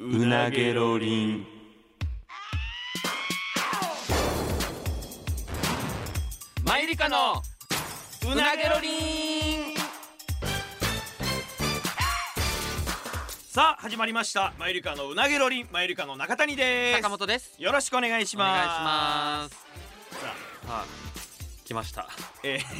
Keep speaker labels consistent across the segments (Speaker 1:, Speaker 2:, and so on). Speaker 1: うなげろりん。
Speaker 2: マイリカのうなげろりん
Speaker 1: さあ、始まりました。マユリカのうなげろりん、マユリカの中谷です。
Speaker 2: 坂本です
Speaker 1: よろしくお願いし
Speaker 2: お願いし
Speaker 1: ま
Speaker 2: ます
Speaker 1: す。さ
Speaker 2: さあ来ました
Speaker 1: あえー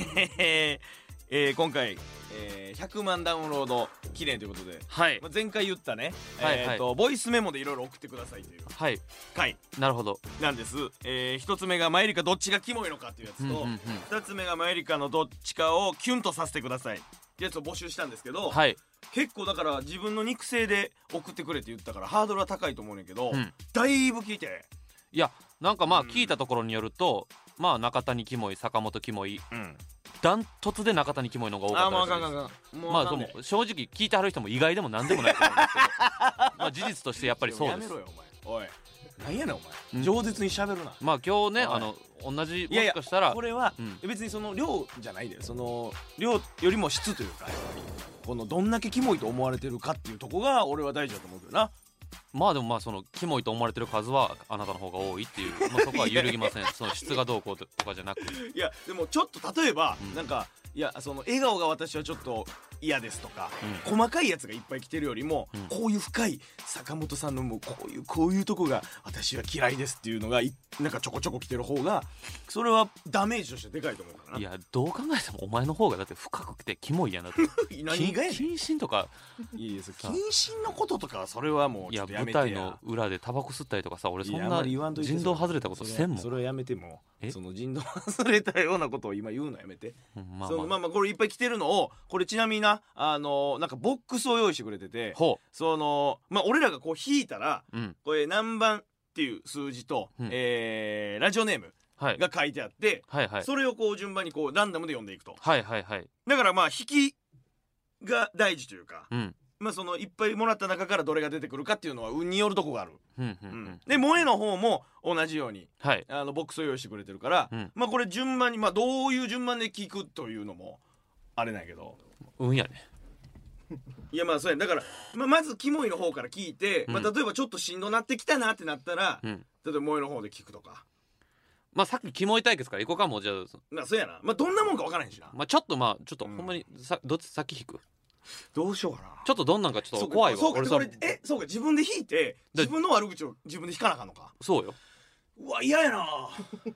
Speaker 1: えー今回、えー100万ダウンロード記念ということで、
Speaker 2: はい
Speaker 1: まあ前回言ったね、
Speaker 2: はい
Speaker 1: えーとボイスメモでいろいろ送ってくださいという
Speaker 2: はい
Speaker 1: 回
Speaker 2: なるほど
Speaker 1: なんです。えー一つ目がマユリカどっちがキモいのかっていうや
Speaker 2: う
Speaker 1: つ
Speaker 2: んうん
Speaker 1: と、
Speaker 2: うん
Speaker 1: 二つ目がマユリカのどっちかをキュンとさせてくださいってやつを募集したんですけど、
Speaker 2: はい
Speaker 1: 結構だから自分の肉声で送ってくれって言ったからハードルは高いと思うねんけど、
Speaker 2: うん
Speaker 1: だいぶ聞いて、
Speaker 2: いやなんかまあ
Speaker 1: うん
Speaker 2: 聞いたところによるとまあ中谷キモい坂本キモいダントツで中谷キモいのが多
Speaker 1: あ
Speaker 2: か
Speaker 1: あもう
Speaker 2: っ
Speaker 1: あか
Speaker 2: た
Speaker 1: ん
Speaker 2: ら
Speaker 1: あ
Speaker 2: し
Speaker 1: かんあかん
Speaker 2: いです
Speaker 1: もう
Speaker 2: ま
Speaker 1: あ
Speaker 2: あ
Speaker 1: か
Speaker 2: で
Speaker 1: ん
Speaker 2: も
Speaker 1: ね
Speaker 2: 正直聞いてはる人も意外でも何でもないと思うんですけ どまあ事実としてやっぱりそう
Speaker 1: や
Speaker 2: で
Speaker 1: め
Speaker 2: す
Speaker 1: ろよお前おいなんやねんお
Speaker 2: う
Speaker 1: 前
Speaker 2: ん
Speaker 1: 饒舌に喋るな
Speaker 2: まあ今日ね
Speaker 1: はい
Speaker 2: あの同じ
Speaker 1: い
Speaker 2: も
Speaker 1: やい
Speaker 2: し
Speaker 1: や
Speaker 2: かしたら
Speaker 1: これは
Speaker 2: うん
Speaker 1: 別にその量じゃないでその量よりも質というかやっぱりこのどんだけキモいと思われてるかっていうとこが俺は大事だと思うけどな
Speaker 2: まあでもまあそのキモいと思われてる数はあなたの方が多いって いう、まあ、そこは揺るぎませんその質がどうこうとかじゃなく
Speaker 1: いやでもちょっと例えば、
Speaker 2: うん
Speaker 1: なんかいやその笑顔が私はちょっと嫌ですとか、
Speaker 2: う
Speaker 1: 細かいやつがいっぱい来てるよりも、
Speaker 2: うん
Speaker 1: こういう深い坂本さんのもうこういうこういうとこが私は嫌いですっていうのがいなんかちょこちょこ来てる方がそれはダメージとしてでかいと思うからない
Speaker 2: やどう考えてもお前の方がだって深くてキモいやんだって
Speaker 1: 何がやねん
Speaker 2: 謹慎とか
Speaker 1: いいです謹慎のこととかはそれはもう
Speaker 2: い
Speaker 1: ちょ
Speaker 2: や
Speaker 1: っとやめ
Speaker 2: 舞
Speaker 1: てや
Speaker 2: 台の裏でタバコ吸ったりとかさ俺そん
Speaker 1: いやあ
Speaker 2: なん
Speaker 1: まり言わんといて
Speaker 2: 人道外れたことせんもん
Speaker 1: それそれはやめても
Speaker 2: え
Speaker 1: その人道忘れたようなことを今言うのやめて
Speaker 2: うんまあ
Speaker 1: その
Speaker 2: ま
Speaker 1: まあ
Speaker 2: あ
Speaker 1: まあこれいっぱい来てるのをこれちなみになあのなんかボックスを用意してくれてて
Speaker 2: ほ
Speaker 1: そのまあ俺らがこう引いたら
Speaker 2: ううん
Speaker 1: これ何番っていう数字と、
Speaker 2: うん
Speaker 1: えーラジオネーム
Speaker 2: はい
Speaker 1: が書いてあって、
Speaker 2: はいはい
Speaker 1: それをこう順番にこうランダムで読んでいくと
Speaker 2: はいはいはい
Speaker 1: だからまあ引きが大事というか、
Speaker 2: うん
Speaker 1: まあそのいっぱいもらった中からどれが出てくるかっていうのは運によるとこがある、
Speaker 2: うんうんう
Speaker 1: うんん、で萌えの方も同じように
Speaker 2: はい
Speaker 1: あのボックスを用意してくれてるから、
Speaker 2: うん
Speaker 1: まあこれ順番にまあどういう順番で聞くというのもあれなんやけど
Speaker 2: うんやね
Speaker 1: いやまあそうやだから、まあ、まずキモいの方から聞いて、まあ、
Speaker 2: うん
Speaker 1: 例えばちょっとしんどなってきたなってなったら、
Speaker 2: うん
Speaker 1: 例えば萌えの方で聞くとか
Speaker 2: まあさっきキモい対決からいこうかもうじゃあ、
Speaker 1: まあそうやなまあどんなもんか分からへんしな、
Speaker 2: まあ、ちょっとまあちょっとほんまにさ、どっち先引く
Speaker 1: どうしようかな
Speaker 2: ちょっとどんなんかちょっ
Speaker 1: そ
Speaker 2: と
Speaker 1: うか
Speaker 2: 怖いわ
Speaker 1: そうか
Speaker 2: 俺
Speaker 1: こ
Speaker 2: さ
Speaker 1: れえそうか自分で引いて
Speaker 2: だ
Speaker 1: 自分の悪口を自分で引かなあかんのか
Speaker 2: そうよ
Speaker 1: うわ嫌やな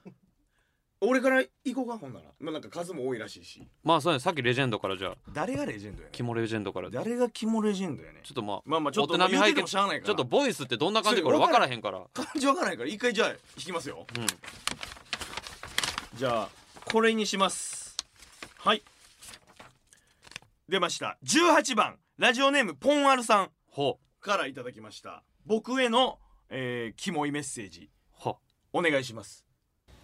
Speaker 1: 俺から行こうかほんならまあなんか数も多いらしいし
Speaker 2: まあそうねさっきレジェンドからじゃあ
Speaker 1: 誰がレジェンドやね
Speaker 2: キモレジェンドから
Speaker 1: ん
Speaker 2: ちょ
Speaker 1: 誰がキモレジェンドやねん
Speaker 2: っとまあ
Speaker 1: まあまあちょっと
Speaker 2: お手並み
Speaker 1: 言うてても
Speaker 2: 拝見
Speaker 1: しゃあないから
Speaker 2: ちょっとボイスってどんな感じか俺
Speaker 1: そう
Speaker 2: 分からへんから
Speaker 1: 感じわからないから一回じゃあ弾きますよ
Speaker 2: うん
Speaker 1: じゃあこれにしますはい出ました18番ラジオネームポンアルさん
Speaker 2: ほう
Speaker 1: からいただきました僕への、えーキモいメッセージ
Speaker 2: ほ
Speaker 1: お願いします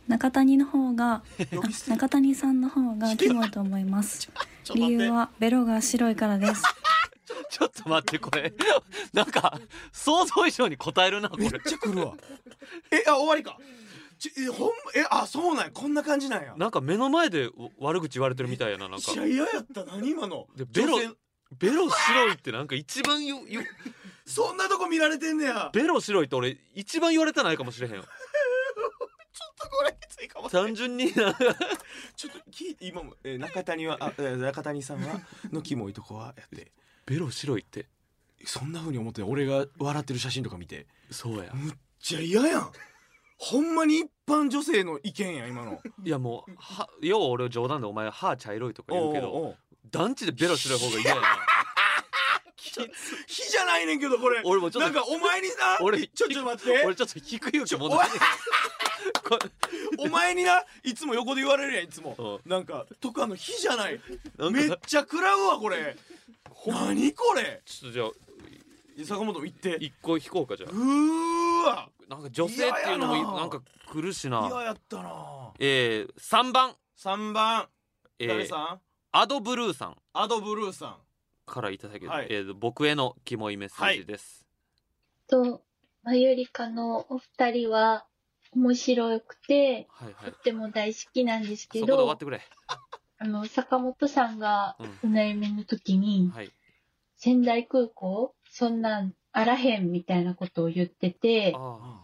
Speaker 3: 中谷の方が
Speaker 1: 呼び捨て
Speaker 3: 中谷さんの方がキモいと思います
Speaker 1: ちょっと
Speaker 3: 理
Speaker 1: 待って
Speaker 3: 由はベロが白いからです
Speaker 2: うちょっと待ってこれ なんか想像以上に答えるなこ
Speaker 1: め
Speaker 2: れ
Speaker 1: っちゃ来るわ えあ終わりかちえほんまえあそうなんやこんな感じなんや
Speaker 2: なんか目の前でお悪口言われてるみたいやななんか
Speaker 1: いや嫌やった何今の
Speaker 2: でベロ
Speaker 1: 女性
Speaker 2: ベロ白いってなんか一番よよ
Speaker 1: そんなとこ見られてんねや
Speaker 2: ベロ白いって俺一番言われてないかもしれへんよ
Speaker 1: これきついかもしれん
Speaker 2: 単純にな
Speaker 1: ちょっと聞いて今も、えー中谷はあえー中谷さんはのキモいとこはやって
Speaker 2: ベロ白いって
Speaker 1: そんな風に思って俺が笑ってる写真とか見て
Speaker 2: そうや
Speaker 1: じゃあ嫌やんほんまに一般女性の意見や今の
Speaker 2: いやもうはよう俺冗談でお前歯茶色いとか言うけど
Speaker 1: おうおう
Speaker 2: 団地でベロ白い方が嫌やな
Speaker 1: 火じゃないねんけどこれ
Speaker 2: 俺もちょ
Speaker 1: な
Speaker 2: っ
Speaker 1: ん
Speaker 2: と
Speaker 1: かお前にな
Speaker 2: 俺
Speaker 1: ちょちょ待って
Speaker 2: 俺ちょっと引く勇気もないこ
Speaker 1: お前にないつも横で言われるやんいつも
Speaker 2: う
Speaker 1: なんかとかの火じゃない
Speaker 2: なんか
Speaker 1: めっちゃ食らうわこれ何これ
Speaker 2: ちょっとじゃあ
Speaker 1: 坂本も言って
Speaker 2: 一個引こうかじゃ
Speaker 1: うーわ
Speaker 2: あなんか女性っていうのも
Speaker 1: 嫌やな
Speaker 2: なんか来るし
Speaker 1: 嫌
Speaker 2: な
Speaker 1: やったな
Speaker 2: えー、3番、
Speaker 1: 3番
Speaker 2: え
Speaker 1: 誰
Speaker 2: ー、
Speaker 1: さん
Speaker 2: アドブルーさん
Speaker 1: アドブルーさん
Speaker 2: からいただける、
Speaker 1: はい
Speaker 2: えー僕へのキモいメッセージです、
Speaker 4: と、マユリカのお二人は面白くて、
Speaker 2: はい、はい
Speaker 4: とっても大好きなんです
Speaker 2: そ
Speaker 4: け
Speaker 2: こで終わっ
Speaker 4: ど
Speaker 2: て、くれ
Speaker 4: あの、坂本さんが
Speaker 2: う
Speaker 4: お悩みの時に、
Speaker 2: はい
Speaker 4: 仙台空港、そんなんあらへんみたいなことを言ってて、
Speaker 2: あ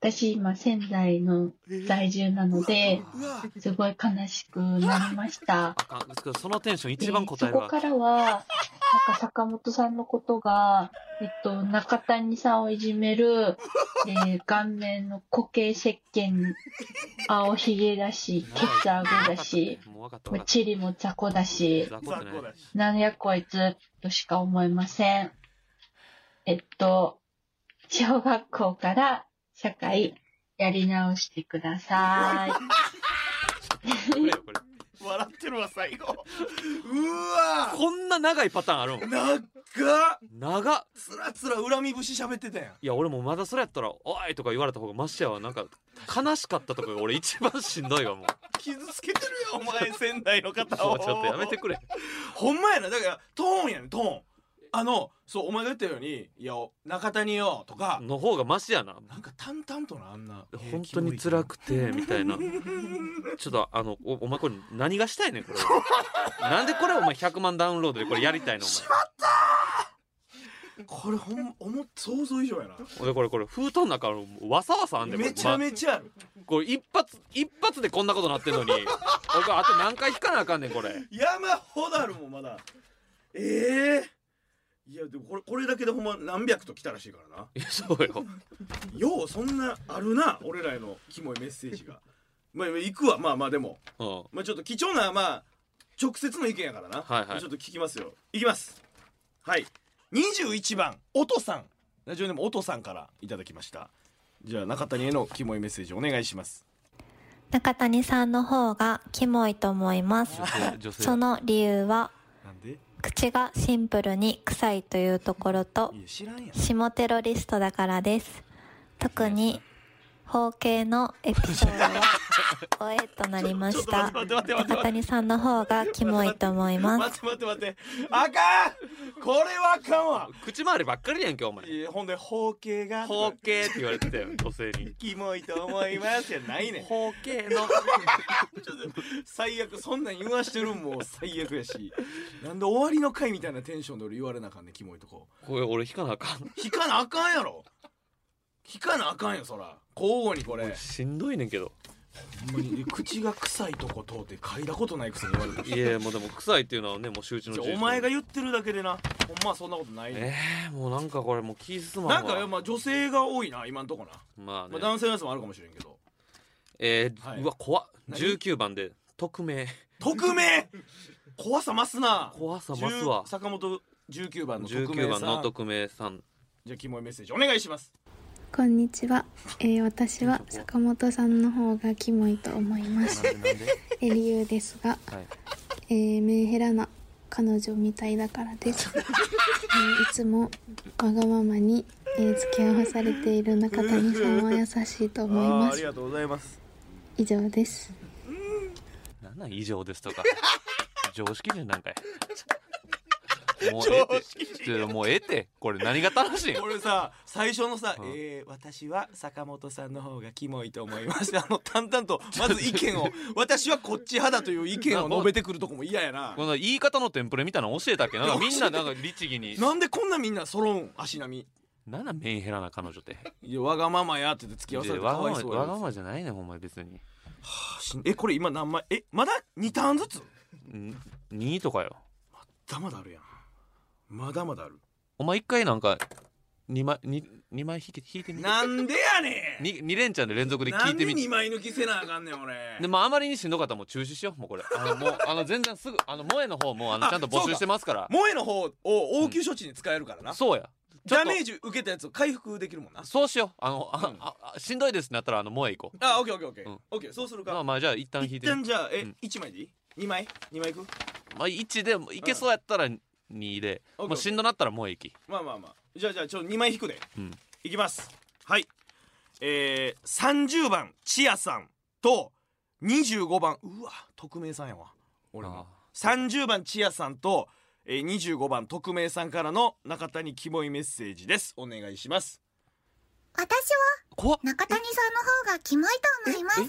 Speaker 4: 私今仙台の在住なの で、
Speaker 1: うわ
Speaker 4: すごい悲しくなりました。
Speaker 2: あかんですけどそのテンション
Speaker 4: で
Speaker 2: 一番答える
Speaker 4: そこ
Speaker 2: わ
Speaker 4: からは、なんか坂本さんのことが、えっと、中谷さんをいじめ る、えー顔面の固形石鹸、青ひげだし、ケツあごだし、
Speaker 2: もう分かった分
Speaker 4: もう
Speaker 2: かっ
Speaker 4: チリも雑魚だ
Speaker 2: た
Speaker 4: し、
Speaker 2: 雑魚
Speaker 1: 雑
Speaker 2: ってね
Speaker 1: 魚だし
Speaker 4: なんやこいつ、としか思いません。えっと、小学校から社会、やり直してください。
Speaker 2: これよこれ
Speaker 1: 笑ってるわ最後うわ
Speaker 2: こんな長いパターンあるん
Speaker 1: 長っ
Speaker 2: 長っ
Speaker 1: つらつら恨み節喋ってたやん
Speaker 2: いや俺もまだそれやったら「おい!」とか言われた方がマシやわなんか悲しかったとかが俺一番しんどいわもう
Speaker 1: 傷つけてるよお前仙台の
Speaker 2: ち
Speaker 1: 方
Speaker 2: ょ
Speaker 1: を
Speaker 2: っとやめてくれ
Speaker 1: ほんまやなだからトーンやねんトーンあのそうお前が言ったように「いや中谷よ」とか
Speaker 2: の方がマシやな
Speaker 1: なんか淡々となあんな
Speaker 2: 本当に辛くてみたいなちょっとあのおお前これ何がしたいねんこれなんでこれお前100万ダウンロードでこれやりたいの
Speaker 1: これほん思っ想像以上やな
Speaker 2: お前俺これこれ封筒の中のわさわさあんでこれ
Speaker 1: めちゃ
Speaker 2: ま
Speaker 1: めちゃある
Speaker 2: これ一発一発でこんなことなってんのに俺これあと何回引かなあかんねんこれ
Speaker 1: 山ほどあるもんまだええいやでもこれこれだけでほんま何百ときたらしいからない
Speaker 2: やそうよ
Speaker 1: ようそんなあるな俺らへのキモいメッセージが まあ行くわまあまあでも
Speaker 2: うんは
Speaker 1: まあちょっと貴重なまあ直接の意見やからな、
Speaker 2: はいはい
Speaker 1: ちょっと聞きますよいきますはい21番おとさんラジオネームおとさんからいただきましたじゃあ中谷へのキモいメッセージお願いします
Speaker 5: 中谷さんの方がキモいと思います
Speaker 2: 女性女性
Speaker 5: その理由は
Speaker 1: なんで
Speaker 5: 口がシンプルに臭いというところと
Speaker 1: いや知らんやん
Speaker 5: 下テロリストだからです特に包茎のエピソー ドはおえとなりま
Speaker 1: ちょっ
Speaker 5: し
Speaker 1: と待ったて待って待って待って
Speaker 5: 中谷さんの方がキモいと思います
Speaker 1: 待って待って待ってあかんこれはあかんわ
Speaker 2: 口周りばっかりやんけお前
Speaker 1: いやほんで包茎が
Speaker 2: 包茎って言われてたよ女性に
Speaker 1: キモいと思いますやないねん
Speaker 2: 包茎の
Speaker 1: ちょっと最悪そんなん言わしてるんもう最悪やしなんで終わりの回みたいなテンションで俺言われなあかんねんキモいとこ
Speaker 2: これ俺引かなあかん
Speaker 1: 引かなあかんやろ引かなあかんよそら交互にこれ
Speaker 2: しんどいねんけど
Speaker 1: ほんまに口が臭いとこ通って嗅いだことないくせに言われる
Speaker 2: いやもうでも臭いっていうのはねもう周知の
Speaker 1: じ
Speaker 2: 事
Speaker 1: ゃ
Speaker 2: 実
Speaker 1: あお前が言ってるだけでなほんまはそんなことないね
Speaker 2: えー、もうなんかこれもう気進ま
Speaker 1: なんん
Speaker 2: わ
Speaker 1: かまあ女性が多いな今んとこな、
Speaker 2: まあ
Speaker 1: まあ、
Speaker 2: ね、
Speaker 1: 男性のやつもあるかもしれんけど
Speaker 2: えー
Speaker 1: はいう
Speaker 2: わ怖っ
Speaker 1: 何
Speaker 2: 19番で匿名
Speaker 1: 匿名怖さ増すな
Speaker 2: 怖さ増すわ
Speaker 1: 10坂本19番の匿名
Speaker 2: 19
Speaker 1: さ
Speaker 2: 番
Speaker 1: ん
Speaker 2: の匿名さん
Speaker 1: じゃあキモいメッセージお願いします
Speaker 6: こんにちは、えー私は坂本さんの方がキモいと思い ます。
Speaker 2: なんでなんで
Speaker 6: え理由ですが、
Speaker 2: はい
Speaker 6: えーメンヘラな彼女みたいだからです。えーいつもわがままに、えー付き合わされている中谷さんは優しいと思いま
Speaker 1: あーあり
Speaker 6: す。
Speaker 1: がとうございます
Speaker 6: 以上です。
Speaker 2: なんなん以上ですとか常識人なんか いもうえ
Speaker 1: 常識
Speaker 2: えてもうええってこれ何が楽しいん
Speaker 1: 俺さ最初のさ「
Speaker 2: うん
Speaker 1: えー私は坂本さんの方がキモいと思います」あの淡々 とまず意見を「私はこっち派だ」という意見を述べてくるとこも嫌やな
Speaker 2: この言い方のテンプレみたいなの教えたっけなんかみんななんか律儀に
Speaker 1: なんでこんなみんな揃うん足並
Speaker 2: なんなんメンヘラな彼女って
Speaker 1: みいやわがままやって言って付き合わされてか
Speaker 2: わが
Speaker 1: わい
Speaker 2: ま
Speaker 1: そう
Speaker 2: まわ
Speaker 1: や
Speaker 2: がま
Speaker 1: な
Speaker 2: まじゃないねんほんまに別に
Speaker 1: しんえこれ今何枚えまだ2ターンずつ
Speaker 2: 2とかよ
Speaker 1: まだまだあるやんまだまだある
Speaker 2: お前一回なんか2枚二二枚引いて引いてみ
Speaker 1: なんでやねん
Speaker 2: に二連チャンで連続で
Speaker 1: な
Speaker 2: 聞い
Speaker 1: ん
Speaker 2: て
Speaker 1: で
Speaker 2: み
Speaker 1: 2枚抜きせなあかんねん俺
Speaker 2: でもあまりにしんどかったらもう中止しようもうこれあのもうあの全然すぐあの萌えの方もあの
Speaker 1: あ
Speaker 2: ちゃんと
Speaker 1: そ
Speaker 2: 募
Speaker 1: う
Speaker 2: 集
Speaker 1: か
Speaker 2: してますから
Speaker 1: 萌えの方を応急処置に使えるからな、
Speaker 2: そうやちょっ
Speaker 1: ダ
Speaker 2: と
Speaker 1: メージ受けたやつを回復できるもんな
Speaker 2: そうしようあの
Speaker 1: う
Speaker 2: あ
Speaker 1: ん
Speaker 2: ああしんどいですってなったらあの萌え行こ
Speaker 1: あオッケーオッケーオッケー、
Speaker 2: うん
Speaker 1: オッケーそうする
Speaker 2: うまあ
Speaker 1: か、
Speaker 2: まあじゃあ一旦引い
Speaker 1: 一
Speaker 2: て
Speaker 1: 旦
Speaker 2: み
Speaker 1: じゃあえ、
Speaker 2: うん
Speaker 1: 一1枚でいい2枚2枚いく
Speaker 2: まあ1でもいけそうやったら2で
Speaker 1: オッケー
Speaker 2: もうしんどなったら萌え行き
Speaker 1: まあまあまあじゃあじゃあちょっと2枚引くで、
Speaker 2: うん
Speaker 1: いきますはいえー、30番チアさんと25番うわ匿名さんやわ俺
Speaker 2: あ
Speaker 1: も
Speaker 2: あ
Speaker 1: 30番チアさんと、えー、25番匿名さんからの中谷キモいメッセージですお願いします
Speaker 7: 私は
Speaker 2: 怖っ
Speaker 7: 中谷さんの方がキモいと思います。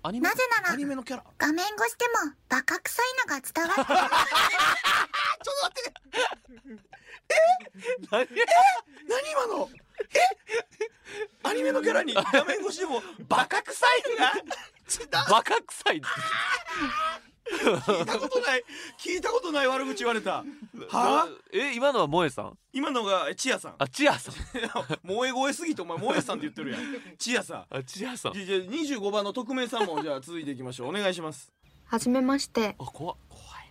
Speaker 2: アニメ
Speaker 7: なぜなら
Speaker 2: アニメのキャラ
Speaker 7: 画面越しでもバカ臭いのが伝わってくる
Speaker 2: 何
Speaker 1: 何今のえアニメのキャラに画面越しでもバカ臭いんだちょっ
Speaker 2: バカ臭い
Speaker 1: と聞いたことない聞いたことない悪口言われたは
Speaker 2: なえ今のは萌えさん
Speaker 1: 今のがちやさん
Speaker 2: あちやさん
Speaker 1: 萌え声すぎてお前萌えさんって言ってるやんちやさ
Speaker 2: あちやさん
Speaker 1: んじゃあじゃあ25番の匿名さんもじゃあ続いていきましょうお願いします
Speaker 8: はじめまして
Speaker 2: あ怖っ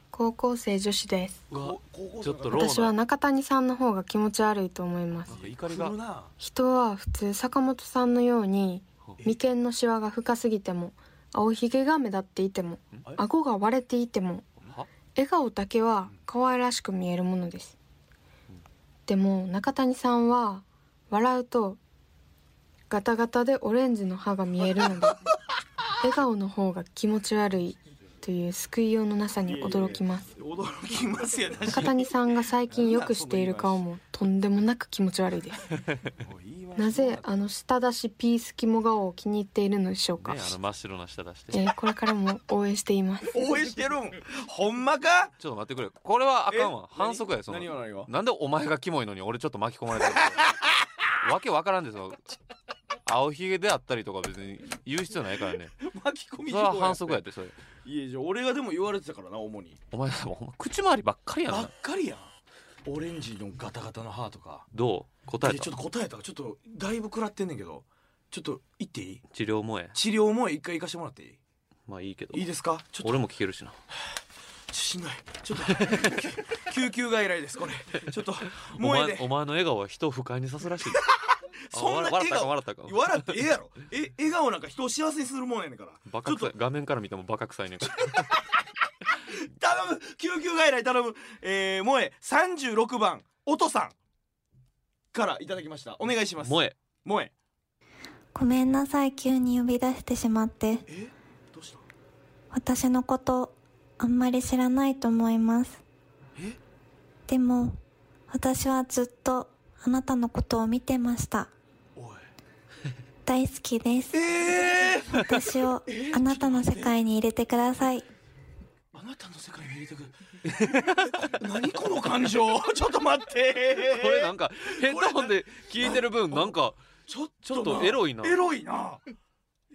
Speaker 8: 高校生女子です
Speaker 2: うわ
Speaker 1: こ高校
Speaker 2: ちょっとロー
Speaker 8: 私は中谷さんの方が気持ち悪いと思います
Speaker 2: なんか
Speaker 1: 生
Speaker 2: 怒
Speaker 1: 来
Speaker 2: りが
Speaker 1: るな
Speaker 8: 人は普通坂本さんのように
Speaker 2: え
Speaker 8: 眉間のシワが深すぎても青ひげが目立っていても
Speaker 2: ん
Speaker 8: 顎が割れていても
Speaker 2: は
Speaker 8: 笑顔だけは可愛らしく見えるものですでも中谷さんは笑うとガタガタでオレンジの歯が見える ので笑顔の方が気持ち悪いという救いようのなさに驚きます
Speaker 1: 驚きますよ確
Speaker 8: 中
Speaker 1: か
Speaker 8: 谷
Speaker 1: に
Speaker 8: さんが最近よくしている顔もとんでもなく気持ち悪いです なぜあの舌出しピース肝顔を気に入っているのでしょうか、
Speaker 2: ねあの真っ白な舌出して
Speaker 8: えーこれからも応援しています
Speaker 1: 応援してるんほんまか
Speaker 2: ちょっと待ってくれこれはあかんわ
Speaker 1: え
Speaker 2: 反則やその
Speaker 1: 何が何が
Speaker 2: なんでお前がキモいのに俺ちょっと巻き込まれてる わけわからんですよ青ひげであったりとか別に言う必要ないからね
Speaker 1: 巻き込み事故
Speaker 2: それ
Speaker 1: や
Speaker 2: は
Speaker 1: って
Speaker 2: 反則やってそれ
Speaker 1: いやじゃあ俺がでも言われてたからな主に
Speaker 2: お前お前口周りばっかりや
Speaker 1: ば
Speaker 2: な
Speaker 1: っかりやんオレンジのガタガタの歯とか
Speaker 2: どう答え
Speaker 1: いやち
Speaker 2: た
Speaker 1: ょっと答えたちょっとだいぶ食らってんねんけどちょっと行っていい
Speaker 2: 治療萌え
Speaker 1: 治療も一回行かしてもらっていい
Speaker 2: まあいいけど
Speaker 1: いいですかちょっと
Speaker 2: 俺も聞けるしな
Speaker 1: しんどいちょっと 救急外来ですこれちょっと
Speaker 2: お
Speaker 1: もうええ
Speaker 2: 前
Speaker 1: で
Speaker 2: お前の笑顔は人を不快にさすらしいあ
Speaker 1: そんな
Speaker 2: わ笑
Speaker 1: 笑
Speaker 2: ったか
Speaker 1: 顔
Speaker 2: 笑
Speaker 1: 笑
Speaker 2: ったか
Speaker 1: ってええやろえ笑顔なんか人を幸せにするもんやねんから
Speaker 2: バ
Speaker 1: ち
Speaker 2: カ
Speaker 1: ょっと
Speaker 2: 臭い画面から見てもバカ臭いねんから
Speaker 1: 頼む救急外来頼むえー、萌え36番おとさんからいただきましたお願いします
Speaker 2: 萌え
Speaker 1: 萌え
Speaker 5: ごめんなさい急に呼び出してしまって
Speaker 1: えどうした
Speaker 5: 私のことあんまり知らないと思います
Speaker 1: え
Speaker 5: でも私はずっとあなたのことを見てました
Speaker 1: おい
Speaker 5: 大好きです
Speaker 1: えー、
Speaker 5: 私をあなたの世界に入れてください
Speaker 1: あなたの世界に入れてく 何この感情 ちょっと待って
Speaker 2: これなんかヘッドホンで聞いてる分なんか
Speaker 1: ちょっ
Speaker 2: ちょっとエロいな
Speaker 1: エロいな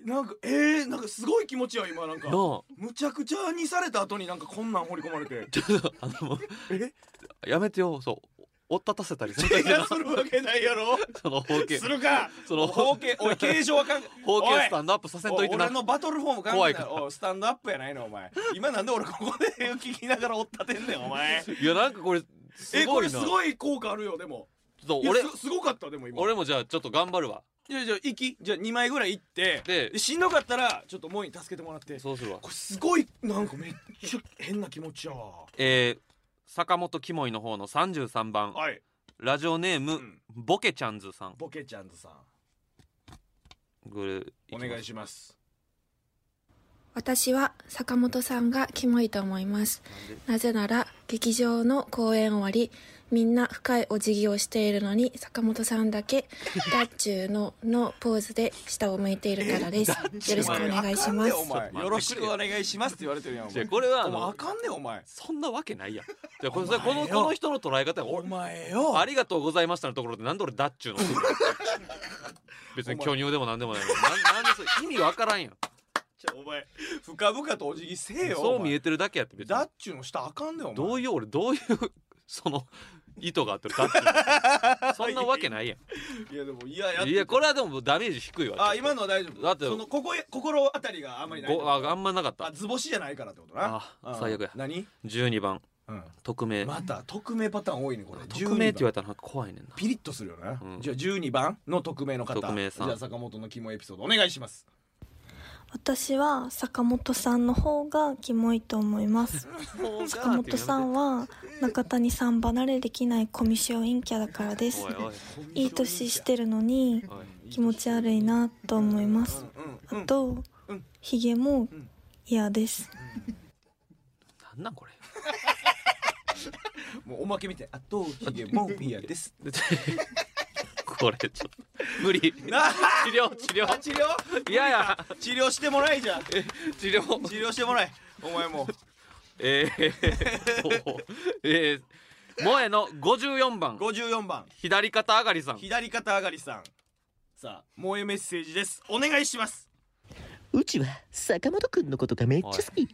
Speaker 1: なんかえー、なんかすごい気持ちや今なんか
Speaker 2: なあ
Speaker 1: むちゃくちゃにされた後になんかこんなん掘り込ま れて
Speaker 2: ちょっとあのもう
Speaker 1: え
Speaker 2: やめてよそうお追っ立たせたりする
Speaker 1: い やするわけないやろ
Speaker 2: その包茎
Speaker 1: するか
Speaker 2: その
Speaker 1: 包茎おい形状はかん
Speaker 2: 包茎スタ
Speaker 1: ン
Speaker 2: ンドアップさせんといてな
Speaker 1: 俺のバトルフォーム考
Speaker 2: 怖
Speaker 1: え
Speaker 2: い
Speaker 1: た
Speaker 2: から
Speaker 1: おいスタンドアップやないのお前今なんで俺ここで聞きながら追っ立てんねんお前
Speaker 2: いやなんかこれす
Speaker 1: えこ
Speaker 2: ごい
Speaker 1: れ
Speaker 2: な
Speaker 1: す
Speaker 2: ちょ
Speaker 1: ごい効果あるよでも
Speaker 2: っと
Speaker 1: いや
Speaker 2: 俺
Speaker 1: すすごかったでも今
Speaker 2: 俺もじゃあちょっと頑張るわ
Speaker 1: じゃあじゃあ行きじゃあ2枚ぐらい行って
Speaker 2: で
Speaker 1: でしんどかったらちょっと萌えに助けてもらって
Speaker 2: そうするわ
Speaker 1: これすごいなんかめっちゃ変な気持ちやわ
Speaker 2: えー、坂本キモイの方の33番
Speaker 1: はい
Speaker 2: ラジオネーム、
Speaker 1: うん
Speaker 2: ボケちゃんずさん
Speaker 1: ボケちゃんとさん
Speaker 2: これ
Speaker 1: お願いします
Speaker 9: 私は坂本さんがキモいと思いますなぜなら劇場の公演終わりみんな深いお辞儀をしているのに坂本さんだ け「ダッチューの」のポーズで下を向いているからですよろしくお願いします
Speaker 1: お前よろしくお願いしますって言われてるやんお
Speaker 2: じゃ
Speaker 1: 前
Speaker 2: あこれはあ
Speaker 1: お前あ
Speaker 2: の
Speaker 1: かんねんお前
Speaker 2: そんなわけない やんじゃあこれ
Speaker 1: お前よ
Speaker 2: このこの人の捉え方
Speaker 1: お
Speaker 2: 俺
Speaker 1: 前よ
Speaker 2: ありがとうございましたのところでなんで俺だっちゅうの 別に巨乳でもなんでもないのになんなんでそれ意味わからんやん
Speaker 1: ちょお前深々とお辞儀せ えよ
Speaker 2: そう
Speaker 1: お前
Speaker 2: 見えてるだけやって別に
Speaker 1: だっちゅうのしたあかんねんお前
Speaker 2: どう
Speaker 1: い
Speaker 2: いう俺どういう その意図があってるかっていう のそんなわけないや
Speaker 1: うやでもいややっ
Speaker 2: んいやこれはでもダメージ低いわ
Speaker 1: あ今のは大丈夫
Speaker 2: だって
Speaker 1: そのここ心当たりがあんまりない
Speaker 2: ごああんまなかった
Speaker 1: あ図星じゃないからってことな
Speaker 2: あ
Speaker 1: うん
Speaker 2: 最悪や
Speaker 1: 何
Speaker 2: 12番
Speaker 1: うん
Speaker 2: 匿名
Speaker 1: また匿名パターン多いねこれ
Speaker 2: 匿名って言わ
Speaker 1: 12番
Speaker 2: れたらなんか怖いねんな
Speaker 1: ピリッとするよな、
Speaker 2: うん
Speaker 1: じゃあ12番の匿名の方
Speaker 2: 匿名さん
Speaker 1: じゃあ坂本のキモエピソードお願いします
Speaker 5: 私は坂本さんの方がキモいと思います坂本さん
Speaker 2: は
Speaker 5: は中谷さん離れできないコミュ障陰キャだからです
Speaker 2: おいおい
Speaker 5: いい年してるのに
Speaker 2: おい
Speaker 5: 気持ち悪いなと思います
Speaker 1: うん
Speaker 5: あ
Speaker 1: うんうん
Speaker 5: と
Speaker 1: うん
Speaker 5: ヒゲも
Speaker 1: うん
Speaker 5: 嫌です
Speaker 2: なんなんこれ
Speaker 1: もうおまけみたいあとヒゲも嫌です
Speaker 2: でこれちょっと無理治
Speaker 1: な
Speaker 2: 療治療
Speaker 1: 治療
Speaker 2: いやいや
Speaker 1: 治療してもらえじゃん
Speaker 2: 治療
Speaker 1: 治療してもらえお前も
Speaker 2: えー、っとえー、萌えの54番
Speaker 1: 54番
Speaker 2: 左肩上がりさん
Speaker 1: 左肩上がりさんさあ萌えメッセージですお願いします
Speaker 10: うちは坂本くんのことがめっちゃ好き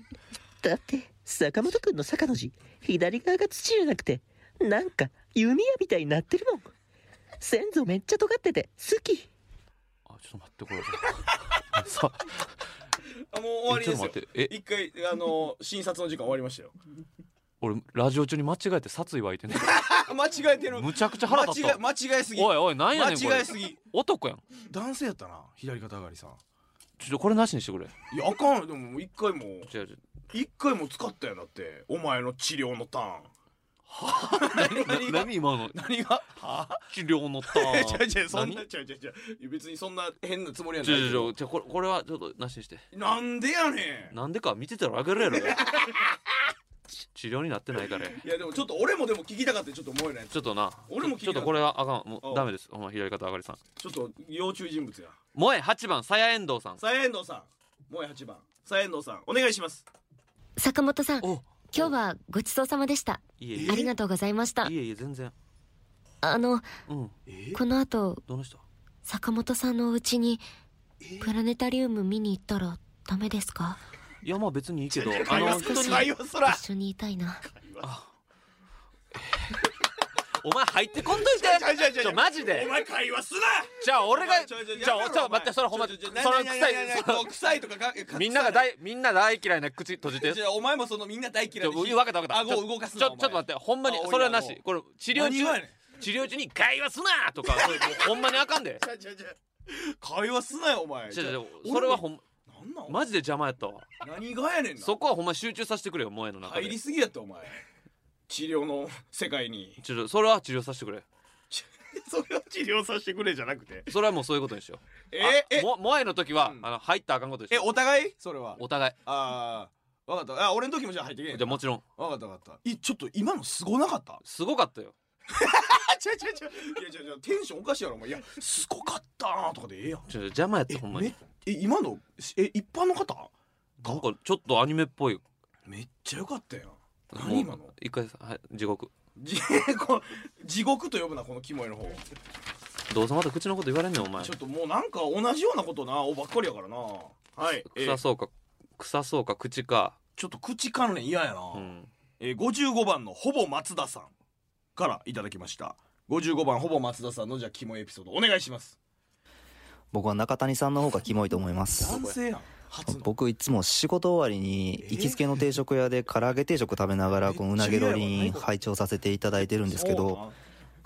Speaker 10: だって坂本くんの坂の字左側が土じゃなくてなんか弓矢みたいになってるもん先祖めっちゃ尖ってて好き
Speaker 2: あちょっと待ってこれさ
Speaker 1: あもう終わりです
Speaker 2: ちょ
Speaker 1: よ
Speaker 2: っと待ってえ
Speaker 1: 一回あの診察の時間終わりましたよ
Speaker 2: 俺ラジオ中に間違えて殺意湧いてんの
Speaker 1: あ間違えてる
Speaker 2: むちゃくちゃ腹立っ
Speaker 1: 間違え
Speaker 2: た
Speaker 1: 間違えすぎ
Speaker 2: おいおいなんや
Speaker 1: 間
Speaker 2: ねんこれ
Speaker 1: 違えすぎ
Speaker 2: 男やん
Speaker 1: 男性やったな左肩上がりさん
Speaker 2: ちょっとこれなしにしてくれ
Speaker 1: いやあかんでももう一回も
Speaker 2: 違う違う
Speaker 1: 一回も使ったやんだってお前の治療のターン
Speaker 2: 何何今の
Speaker 1: 何がはあ
Speaker 2: 治療のタ
Speaker 1: 違う
Speaker 2: ー
Speaker 1: 違う
Speaker 2: ン
Speaker 1: そんな違
Speaker 2: 何
Speaker 1: う違う違う別にそんな変なつもりは
Speaker 2: ち
Speaker 1: な
Speaker 2: ょ
Speaker 1: いけ
Speaker 2: ち
Speaker 1: ど
Speaker 2: ょちょこれこれはちょっとなしにして
Speaker 1: なんでやねん
Speaker 2: なんでか見てたらあげるやろち治療になってないから
Speaker 1: いやでもちょっと俺もでも聞きたかったよちょっと思えない
Speaker 2: ちょっとな
Speaker 1: 俺も聞い
Speaker 2: ち
Speaker 1: た
Speaker 2: ょっとこれはあかんも
Speaker 1: おう
Speaker 2: うダメですお前左肩上がりさん
Speaker 1: ちょっと要注意人物や
Speaker 2: 萌え8番さやえんどうさん
Speaker 1: さえんどうさんもう8番さえんどうさんお願いします
Speaker 5: 坂本さん
Speaker 2: お
Speaker 5: 今日はごちそうさまでした
Speaker 2: いえい
Speaker 5: ありがとうございました
Speaker 2: えいえいえ全然
Speaker 5: あの
Speaker 2: うん
Speaker 5: この後
Speaker 2: どの人
Speaker 5: 坂本さんのお家にプラネタリウム見に行ったらダメですか
Speaker 2: いやまあ別にいいけどあ
Speaker 1: 会
Speaker 2: の
Speaker 1: 話
Speaker 2: 本
Speaker 1: す
Speaker 2: 当
Speaker 1: ら会
Speaker 2: に
Speaker 1: 話すら
Speaker 5: 一緒にいたいな
Speaker 2: お前入ってこんとい
Speaker 1: ちょちょち
Speaker 2: て
Speaker 1: ょ
Speaker 2: ちょマジ
Speaker 1: お
Speaker 2: で
Speaker 1: 前会話すな
Speaker 2: じゃあ俺が
Speaker 1: ち
Speaker 2: じ
Speaker 1: ょちょ
Speaker 2: ゃあちょ待ってそれほんまそ
Speaker 1: ちょ
Speaker 2: の
Speaker 1: ちょ
Speaker 2: 臭
Speaker 1: 何々何々
Speaker 2: い
Speaker 1: 何々もう臭いとかか隠さない
Speaker 2: みんなが大みんな大嫌いな口閉じて
Speaker 1: じゃあお前もそのみんな大
Speaker 2: ち
Speaker 1: 嫌い
Speaker 2: ょ
Speaker 1: で
Speaker 2: 分かった分かった
Speaker 1: 顎
Speaker 2: ち
Speaker 1: を
Speaker 2: ょ
Speaker 1: 動かすな
Speaker 2: ちょ
Speaker 1: お
Speaker 2: ち
Speaker 1: 前
Speaker 2: ょっと待ってほんまに
Speaker 1: あ
Speaker 2: それはな
Speaker 1: おい
Speaker 2: し
Speaker 1: ら
Speaker 2: これ治療
Speaker 1: 何がや
Speaker 2: 中
Speaker 1: ねん
Speaker 2: 治療中に会話すなとかそれもうほんまにあか んで
Speaker 1: ちょちょちょ会話すなよお前
Speaker 2: ちょちょ
Speaker 1: じゃあ
Speaker 2: それはほん
Speaker 1: なんなん
Speaker 2: マジで邪魔やったわ
Speaker 1: 何がやねんな
Speaker 2: そこはほんま集中させてくれよ萌えの中
Speaker 1: 入
Speaker 2: で
Speaker 1: り
Speaker 2: ち
Speaker 1: すぎやったお前治療の世界 に
Speaker 2: ょちょそれは治療させてくれ
Speaker 1: それを治療させてくれじゃなくて
Speaker 2: それはもうそういうことにしよう
Speaker 1: え
Speaker 2: あ
Speaker 1: え
Speaker 2: も萌えの時は
Speaker 1: うん
Speaker 2: あの入ったらあかんことにし
Speaker 1: え
Speaker 2: よう
Speaker 1: お互いそれは
Speaker 2: お互
Speaker 1: ああわかったあ俺の時もじゃあ入ってけ
Speaker 2: い
Speaker 1: ん
Speaker 2: じゃあもちろん
Speaker 1: わかったわかったいちょっと今のすごなかったあ
Speaker 2: すごかったよ
Speaker 1: 違う違う違ういや違う違うテンションおかしいやろお前いやすごかったーとかでええやん
Speaker 2: ちょちょ邪魔やっ
Speaker 1: え
Speaker 2: たほんま
Speaker 1: め
Speaker 2: に
Speaker 1: え今のえ一般の方
Speaker 2: なんかちょっとアニメっぽい
Speaker 1: めっちゃ良かったやん
Speaker 2: もう
Speaker 1: 何今の
Speaker 2: 一回さはい地獄
Speaker 1: 地 こ地獄と呼ぶなこのキモいの方
Speaker 2: どうせまた口のこと言われんねんお前
Speaker 1: ちょっともうなんか同じようなことなおばっかりやからなはい、えー
Speaker 2: 臭そうか臭そうか口か
Speaker 1: ちょっと口関連嫌やな、
Speaker 2: うん
Speaker 1: えー、55番のほぼ松田さんからいただきました55番ほぼ松田さんのじゃあキモいエピソードお願いします
Speaker 10: 僕は中谷さんの方がキモいと思います
Speaker 1: 男性やん初の
Speaker 10: 僕いつも仕事終わりに
Speaker 1: えー
Speaker 10: 行きつけの定食屋で唐揚げ定食食べながらこのうなぎロリン
Speaker 1: めっちゃ嫌やわ
Speaker 10: 拝聴させていただいてるんですけど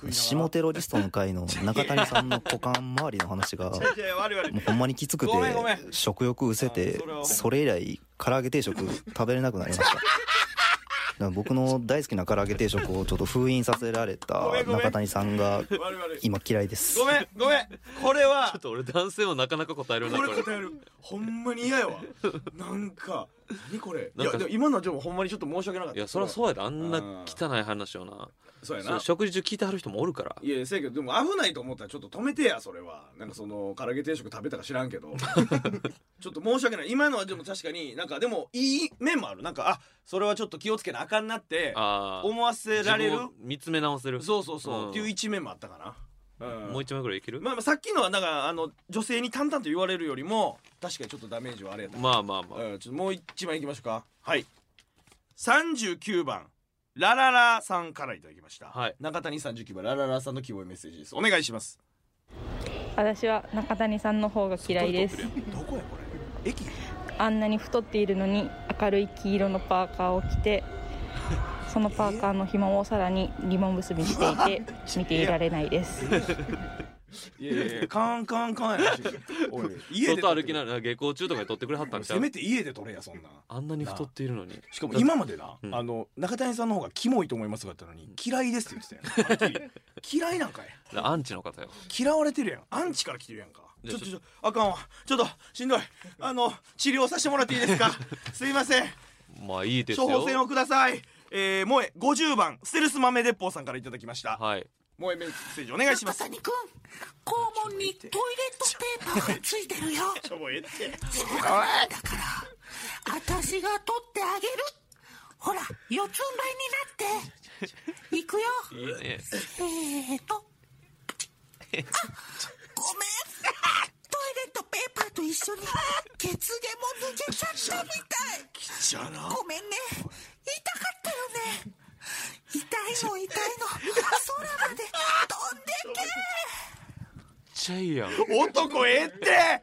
Speaker 1: そうな
Speaker 10: 下テロリストの会の中谷さんの股間周りの話 が
Speaker 1: 食いながら違う違う悪い悪い
Speaker 10: もうほんまにきつくて
Speaker 1: ごめんごめん
Speaker 10: 食欲うせ
Speaker 1: あ
Speaker 10: て
Speaker 1: それは
Speaker 10: それ以来唐揚げ定食 食べれなくなりましただから僕の大好きな唐揚げ定食をちょっと封印させられた
Speaker 1: ごめんごめん
Speaker 10: 中谷さんが
Speaker 1: 悪い悪い
Speaker 10: 今嫌いです
Speaker 1: ごめんごめんこれは
Speaker 2: ちょっと俺男性もなかなか答えるな
Speaker 1: こ
Speaker 2: こ
Speaker 1: れ
Speaker 2: れ
Speaker 1: 答える ほんまに嫌やわなんか何これい
Speaker 2: なん
Speaker 1: や
Speaker 2: か
Speaker 1: でも今のはでもほんまにちょっと申し訳なかった
Speaker 2: いやそりゃそうやであんな汚い話をな
Speaker 1: そうや
Speaker 2: そ
Speaker 1: な
Speaker 2: う食事中聞いてはる人もおるから
Speaker 1: いやせやけどでも危ないと思ったらちょっと止めてやそれはなんかその唐揚げ定食食べたか知らんけ どちょっと申し訳ない今のはでも確かになんかでもいい面もあるなんかあそれはちょっと気をつけなあかんなって
Speaker 2: ああ
Speaker 1: 思わせられる
Speaker 2: 見つめ直せる
Speaker 1: そうそうそう、
Speaker 2: うん
Speaker 1: っていう一面もあったかな、うん
Speaker 2: もう一枚ぐらいいけるま
Speaker 1: まあ、まあさっきのはなんかあの女性に淡々と言われるよりも確かにちょっとダメージはあれやった
Speaker 2: あまあまあ
Speaker 1: うん、ちょっともう一番いきましょうかはい39番ラララさんからいただきました、
Speaker 2: はい
Speaker 1: 中谷39番ラララさんの希望メッセージですお願いします
Speaker 11: 私は中谷さんの方が嫌いです
Speaker 1: どこやこれ駅
Speaker 11: あんなに太っているのに明るい黄色のパーカーを着てそのパーカーの紐をさらにリモン結びしてい て見ていられないです
Speaker 1: いやいやいやカンカンカンやしおい家で
Speaker 2: 外歩きな
Speaker 1: る
Speaker 2: がら下校中とかで撮ってくれはったんちゃ
Speaker 1: せめ
Speaker 2: う
Speaker 1: て家で取れやそんな
Speaker 2: あんなに太っているのに
Speaker 1: しかも今までな、
Speaker 2: うん
Speaker 1: あの中谷さんの方がキモいと思いますがやったのに嫌いですって言ってたやんはっきり嫌いなんかい
Speaker 2: アンチの方よ
Speaker 1: 嫌われてるやんアンチから来てるやんか
Speaker 2: い
Speaker 1: ち
Speaker 2: や
Speaker 1: ょっと
Speaker 2: ち
Speaker 1: ち
Speaker 2: ょ
Speaker 1: ょっとあかんわちょっとしんどいあの治療させてもらっていいです かすいません
Speaker 2: まあいいです
Speaker 1: 処方箋
Speaker 2: よ
Speaker 1: をくださいえー、萌え50番ステルス豆鉄砲さんからいただきました
Speaker 2: はい
Speaker 1: 萌えメッセージお願いします
Speaker 7: にくん肛門に
Speaker 12: って
Speaker 13: トイレットペーパーがついてるよ
Speaker 1: ちょもうええって
Speaker 13: そうだから私が取ってあげるほら四つん這いになっていくよ
Speaker 2: え
Speaker 13: せーとあごめんトイレットペーパーと一緒に血毛も抜けちゃったみたい
Speaker 1: じゃな
Speaker 13: ごめんね痛かったよね痛いの痛いの空まで飛んでけ
Speaker 2: ちゃいいやん
Speaker 1: 男ええって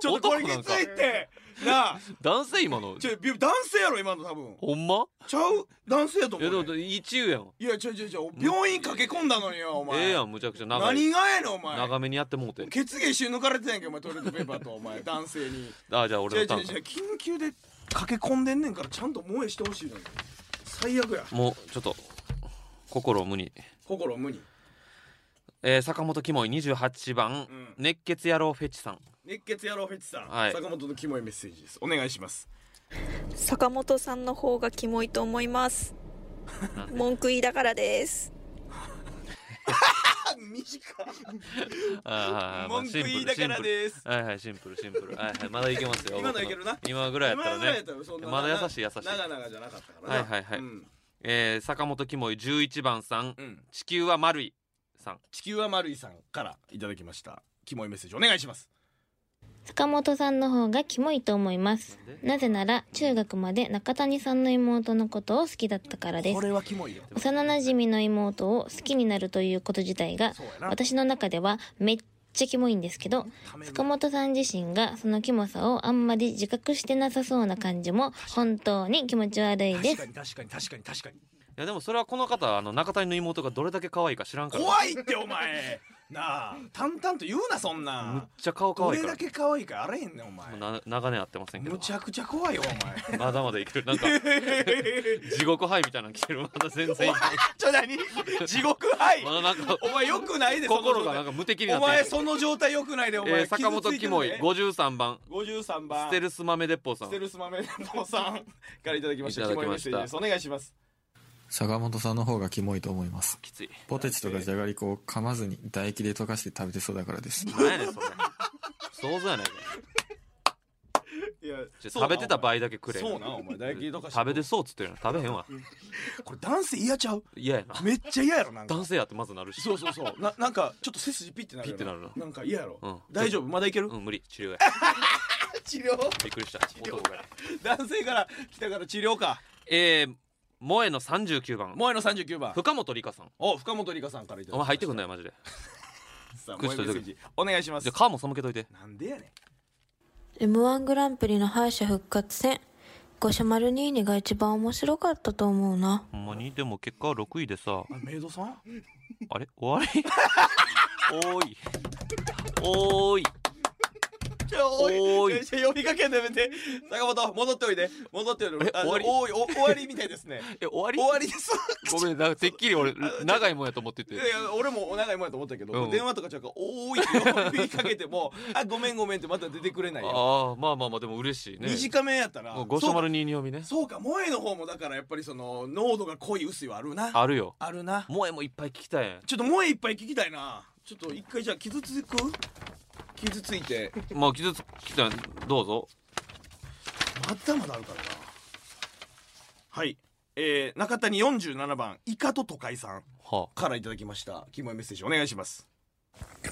Speaker 1: ちょっとこれきついってなあ
Speaker 2: 男性今の
Speaker 1: ちょび男性やろ今の多分
Speaker 2: ほんま
Speaker 1: ちゃう男性やと思う
Speaker 2: いやでも一位やん
Speaker 1: いやちょちょちょ病院駆け込んだのによお前
Speaker 2: ええやんむちゃくちゃ長い
Speaker 1: 何がやねんお前
Speaker 2: 長めにやってもうて
Speaker 1: 血毛一緒に抜かれてたやんけお前トイレットペーパーとお前 男性に
Speaker 2: あじゃあ俺
Speaker 1: 違う違
Speaker 2: の
Speaker 1: う
Speaker 2: ターン
Speaker 1: 違う緊急で駆け込んでんねんからちゃんと萌えしてほしいのに最悪や
Speaker 2: もうちょっと心を無に、
Speaker 1: 心無に
Speaker 2: えー、坂本キモイ28番、熱血野郎フェチさん
Speaker 1: 熱血野郎フェチさん、
Speaker 2: はい
Speaker 1: 坂本のキモいメッセージですお願いします
Speaker 14: 坂本さんの方がキモいと思います文句言いだからです
Speaker 1: 短
Speaker 2: あーまあ
Speaker 1: 文句
Speaker 2: シンプル
Speaker 1: 言いだからです
Speaker 2: シンプルはいはいシンプルシンプルはい はいまだいけますよ
Speaker 1: 今のいけるな
Speaker 2: 僕の今ぐらいやったらね
Speaker 1: 今ぐらいやったらそんな
Speaker 2: まだ優しい優しい
Speaker 1: 長々じゃなかったからな
Speaker 2: はいはいはい、えー坂本キモイ11番さん、地球は丸いさん
Speaker 1: 地球は丸いさんからいただきましたキモいメッセージお願いします
Speaker 15: 坂本さんの方がキモいと思いますなぜなら中学まで中谷さんの妹のことを好きだったからです
Speaker 1: これはキモいよ
Speaker 15: 幼馴染の妹を好きになるということ自体が私の中ではめっちゃキモいんですけど坂本さん自身がそのキモさをあんまり自覚してなさそうな感じも本当に気持ち悪いです
Speaker 1: 確かに確かに確かに
Speaker 2: いやでもそれはこの方あの中谷の妹がどれだけ可愛いか知らんから
Speaker 1: 怖
Speaker 2: い
Speaker 1: いってお前なあ淡々と言うなそんなむっ
Speaker 2: ちゃ顔可愛い
Speaker 1: どれ
Speaker 2: から
Speaker 1: だけ可愛いかあれへんねんお前
Speaker 2: な長年会ってませんけど
Speaker 1: むちゃくちゃ怖いよお前
Speaker 2: まだまだいけ る なんか地獄灰みたいなの着てるまだ全然い
Speaker 1: ちょ何地獄灰
Speaker 2: まだなんか
Speaker 1: お前よくないでその
Speaker 2: 心がなんか無敵にな
Speaker 1: お
Speaker 2: って
Speaker 1: 前その状態よくないでお前、
Speaker 2: えー坂本キモイ53番
Speaker 1: 53番
Speaker 2: ステルスマメデッポウさ
Speaker 1: ス
Speaker 2: ん
Speaker 1: テルスマメポさんからいただきました
Speaker 2: いただ
Speaker 1: キ
Speaker 2: き
Speaker 1: モいメ
Speaker 2: ま
Speaker 1: ッセ
Speaker 2: した
Speaker 1: ージですお願いします
Speaker 16: 坂本さんの方がキモいと思います
Speaker 2: きつい
Speaker 16: ポテチとかじゃがりこを噛まずに唾液で溶かして食べてそうだからです
Speaker 2: 何やねんそれ想像やないか
Speaker 1: いや
Speaker 2: じゃ
Speaker 1: そうな
Speaker 2: 食べてた場合だけくれ
Speaker 1: そうなお前唾液とかして
Speaker 2: 食べてそうっつってるの食べへんわ
Speaker 1: これ男性嫌ちゃう
Speaker 2: 嫌やな
Speaker 1: めっちゃ嫌やろなんか
Speaker 2: 男性やってまずなるし
Speaker 1: そうそうそうななんかちょっと背筋ピッてなる
Speaker 2: ピッ
Speaker 1: よ
Speaker 2: てなるな
Speaker 1: なんか嫌やろ、
Speaker 2: うん
Speaker 1: 大丈夫まだいける
Speaker 2: うん無理治療や
Speaker 1: 治療
Speaker 2: びっくりした男が
Speaker 1: 男性から来たから治療か
Speaker 2: えー萌えの39番
Speaker 1: 萌えの39番
Speaker 2: 深本理香さん
Speaker 1: お深本理香さんからいただき
Speaker 2: お前入ってくんなよマジで
Speaker 1: さあ
Speaker 2: 口閉じ
Speaker 1: 萌えメッセージお願いします
Speaker 2: じゃあ皮も背けといて
Speaker 1: なんでやね
Speaker 17: M1 グランプリの敗者復活戦、五所丸ニーニが一番面白かったと思うな。
Speaker 2: ほんまにでも結果は6位でさ
Speaker 1: んメイドさん
Speaker 2: あれ 終わりおーいおーい
Speaker 1: ちょおい
Speaker 2: おーい
Speaker 1: ちょ呼びかけんのやめて坂本戻っておいで戻っておいであの
Speaker 2: 終わり
Speaker 1: おーいお終わりみたいですね
Speaker 2: え終わり
Speaker 1: 終わりです
Speaker 2: ごめんなんかてっきり俺長いもんやと思ってて
Speaker 1: いやいや俺もお長いもんやと思ったけど、
Speaker 2: うん
Speaker 1: 電話とかちゃうから「おーい」って呼びかけても「あごめんごめん」ってまた出てくれないよ
Speaker 2: ああまあまあまあでも嬉しいね
Speaker 1: 短めやったら
Speaker 2: もう五所丸二二読みね
Speaker 1: そうか萌えの方もだからやっぱりその濃度が濃い薄いはあるな
Speaker 2: あるよ
Speaker 1: あるな
Speaker 2: 萌えもいっぱい聞きたい
Speaker 1: ちょっと萌えいっぱい聞きたいなちょっと一回じゃあ傷つく傷ついて
Speaker 2: まあ傷つきたらどうぞ
Speaker 1: まだまだあるからなはいえー、中谷47番イカと都会さんからいただきましたキモいメッセージお願いします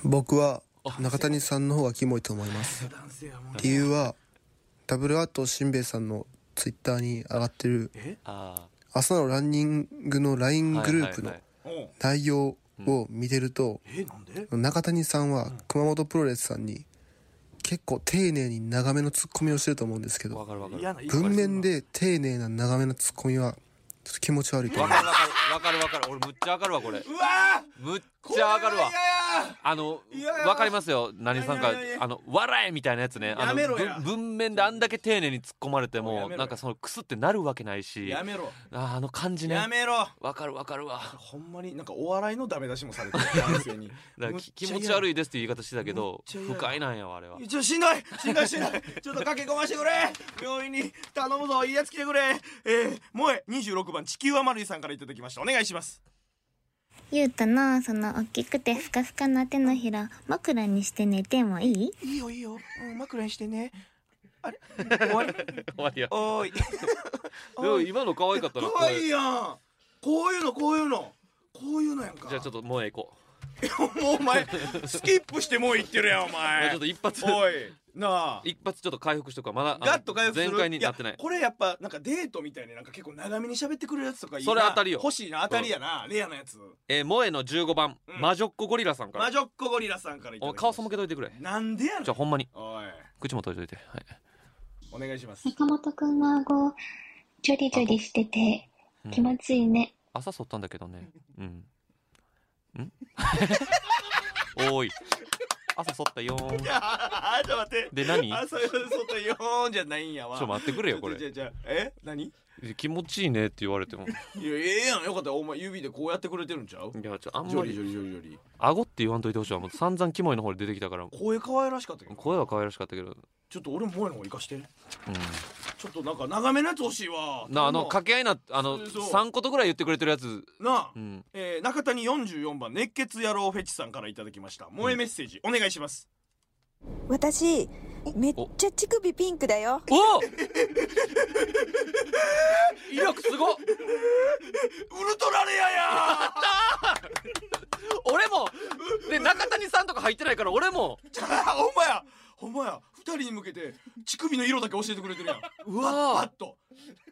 Speaker 18: 僕は中谷さんの方がキモいと思います理由はダブルアートしんべヱさんのツイッターに上がってる
Speaker 2: あ
Speaker 18: 朝のランニングの LINE グループの
Speaker 2: はい
Speaker 18: 内容を見てると中谷さんは熊本プロレスさんに結構丁寧に長めのツッコミをしてると思うんですけど
Speaker 2: 嫌な言い方
Speaker 18: 文面で丁寧な長めのツッコミはちょっと気持ち悪いと思
Speaker 2: わ
Speaker 18: い
Speaker 2: かる
Speaker 18: ま
Speaker 2: わかるわかるわかる俺むっちゃわかるわこれう
Speaker 1: わ
Speaker 2: むっちゃわかるわあの
Speaker 1: や
Speaker 2: わかりますよ何さんか
Speaker 1: いやいやいや
Speaker 2: あの笑えみたいなやつねあ
Speaker 1: や
Speaker 2: の
Speaker 1: めろや
Speaker 2: ぶ文面であんだけ丁寧に突っ込まれて
Speaker 1: もう
Speaker 2: も
Speaker 1: やめろや
Speaker 2: なんかそのクスってなるわけないし
Speaker 1: やめろ
Speaker 2: ああの感じね
Speaker 1: やめろ
Speaker 2: わかるわかるわ
Speaker 1: ほんまになんかお笑いのダメ出しもされて る男性に
Speaker 2: だからき気持ち
Speaker 1: い
Speaker 2: 悪いですっていう言い方してたけど
Speaker 1: ちゃ嫌
Speaker 2: 不快なんやわあれは
Speaker 1: ちょしんどいしんどいしんどいちょっと駆け込ましてくれ病院に頼むぞいいやつ来てくれえー、萌え26番地球は丸いさんからいただきましたお願いします
Speaker 15: ゆうとのその大きくてスカスカな手のひら枕にして寝てもいい
Speaker 13: いいよいいよ、うん、枕にしてねあれ
Speaker 2: 終 わり終わりや
Speaker 13: おー い
Speaker 2: でも今の可愛かったな
Speaker 1: 可愛いやんこういうのこういうのこういうのやんか
Speaker 2: じゃあちょっともうえ行こ
Speaker 1: もうお前スキップしてもう行ってるやんお
Speaker 2: ういや
Speaker 1: 前
Speaker 2: ちょっと一発
Speaker 1: おいなあ
Speaker 2: 一発ちょっと回復しとくかまだあの
Speaker 1: ガッと回復する
Speaker 2: 全開になってない
Speaker 1: やこれやっぱなんかデートみたいになんか結構長めに喋ってくれるやつとかいいな
Speaker 2: それ当たりよ
Speaker 1: 欲しいな当たりやな、レアなやつ
Speaker 2: えー、萌えの15番、魔女っ子ゴリラさんから
Speaker 1: 魔女っ子ゴリラさんからいただ
Speaker 2: お
Speaker 1: き
Speaker 2: 顔背けといてくれ
Speaker 1: なんでやねん
Speaker 2: じゃあほんまに
Speaker 1: おい
Speaker 2: 口も閉じといて、はい、
Speaker 1: お願いします
Speaker 12: 坂本くんの顎、ジョリジョリしてて、
Speaker 2: うん
Speaker 12: 気持ちいいね。
Speaker 2: 朝剃ったんだけどねうんん おーい朝剃ったよーん
Speaker 1: いやあちょっと待って
Speaker 2: で何
Speaker 1: あそういう外よーんじゃないんやわ
Speaker 2: ちょっと待ってくれよこれ
Speaker 1: じゃあじゃあえ何い
Speaker 2: 気持ちいいねって言われても
Speaker 1: やええやんよかったお前指でこうやってくれてるんちゃう
Speaker 2: いやちょあん
Speaker 1: ジョ
Speaker 2: ま
Speaker 1: リ
Speaker 2: り
Speaker 1: ジョリジョリジョリ
Speaker 2: 顎って言わんといてほしいわもう散々キモいの方で出てきたから
Speaker 1: 声可愛らしかったけど
Speaker 2: 声は可愛らしかったけど
Speaker 1: ちょっと俺も萌えの方行かして
Speaker 2: う
Speaker 1: ちょっとなんか長めのやつ欲しいわ
Speaker 2: んなあの掛け合いなあの
Speaker 1: そうそう
Speaker 2: 3個とぐらい言ってくれてるやつ
Speaker 1: なあ
Speaker 2: うん
Speaker 1: えー、中谷44番熱血野郎フェチさんからいただきました萌えメッセージ、お願いします
Speaker 19: 私めっちゃ乳首ピンクだよ
Speaker 2: お 威力すごっ
Speaker 1: ウルトラレアや
Speaker 2: 俺もで中谷さんとか入ってないから俺も
Speaker 1: ほんまやほんまや二人に向けて乳首の色だけ教えてくれ てるやんうわパッと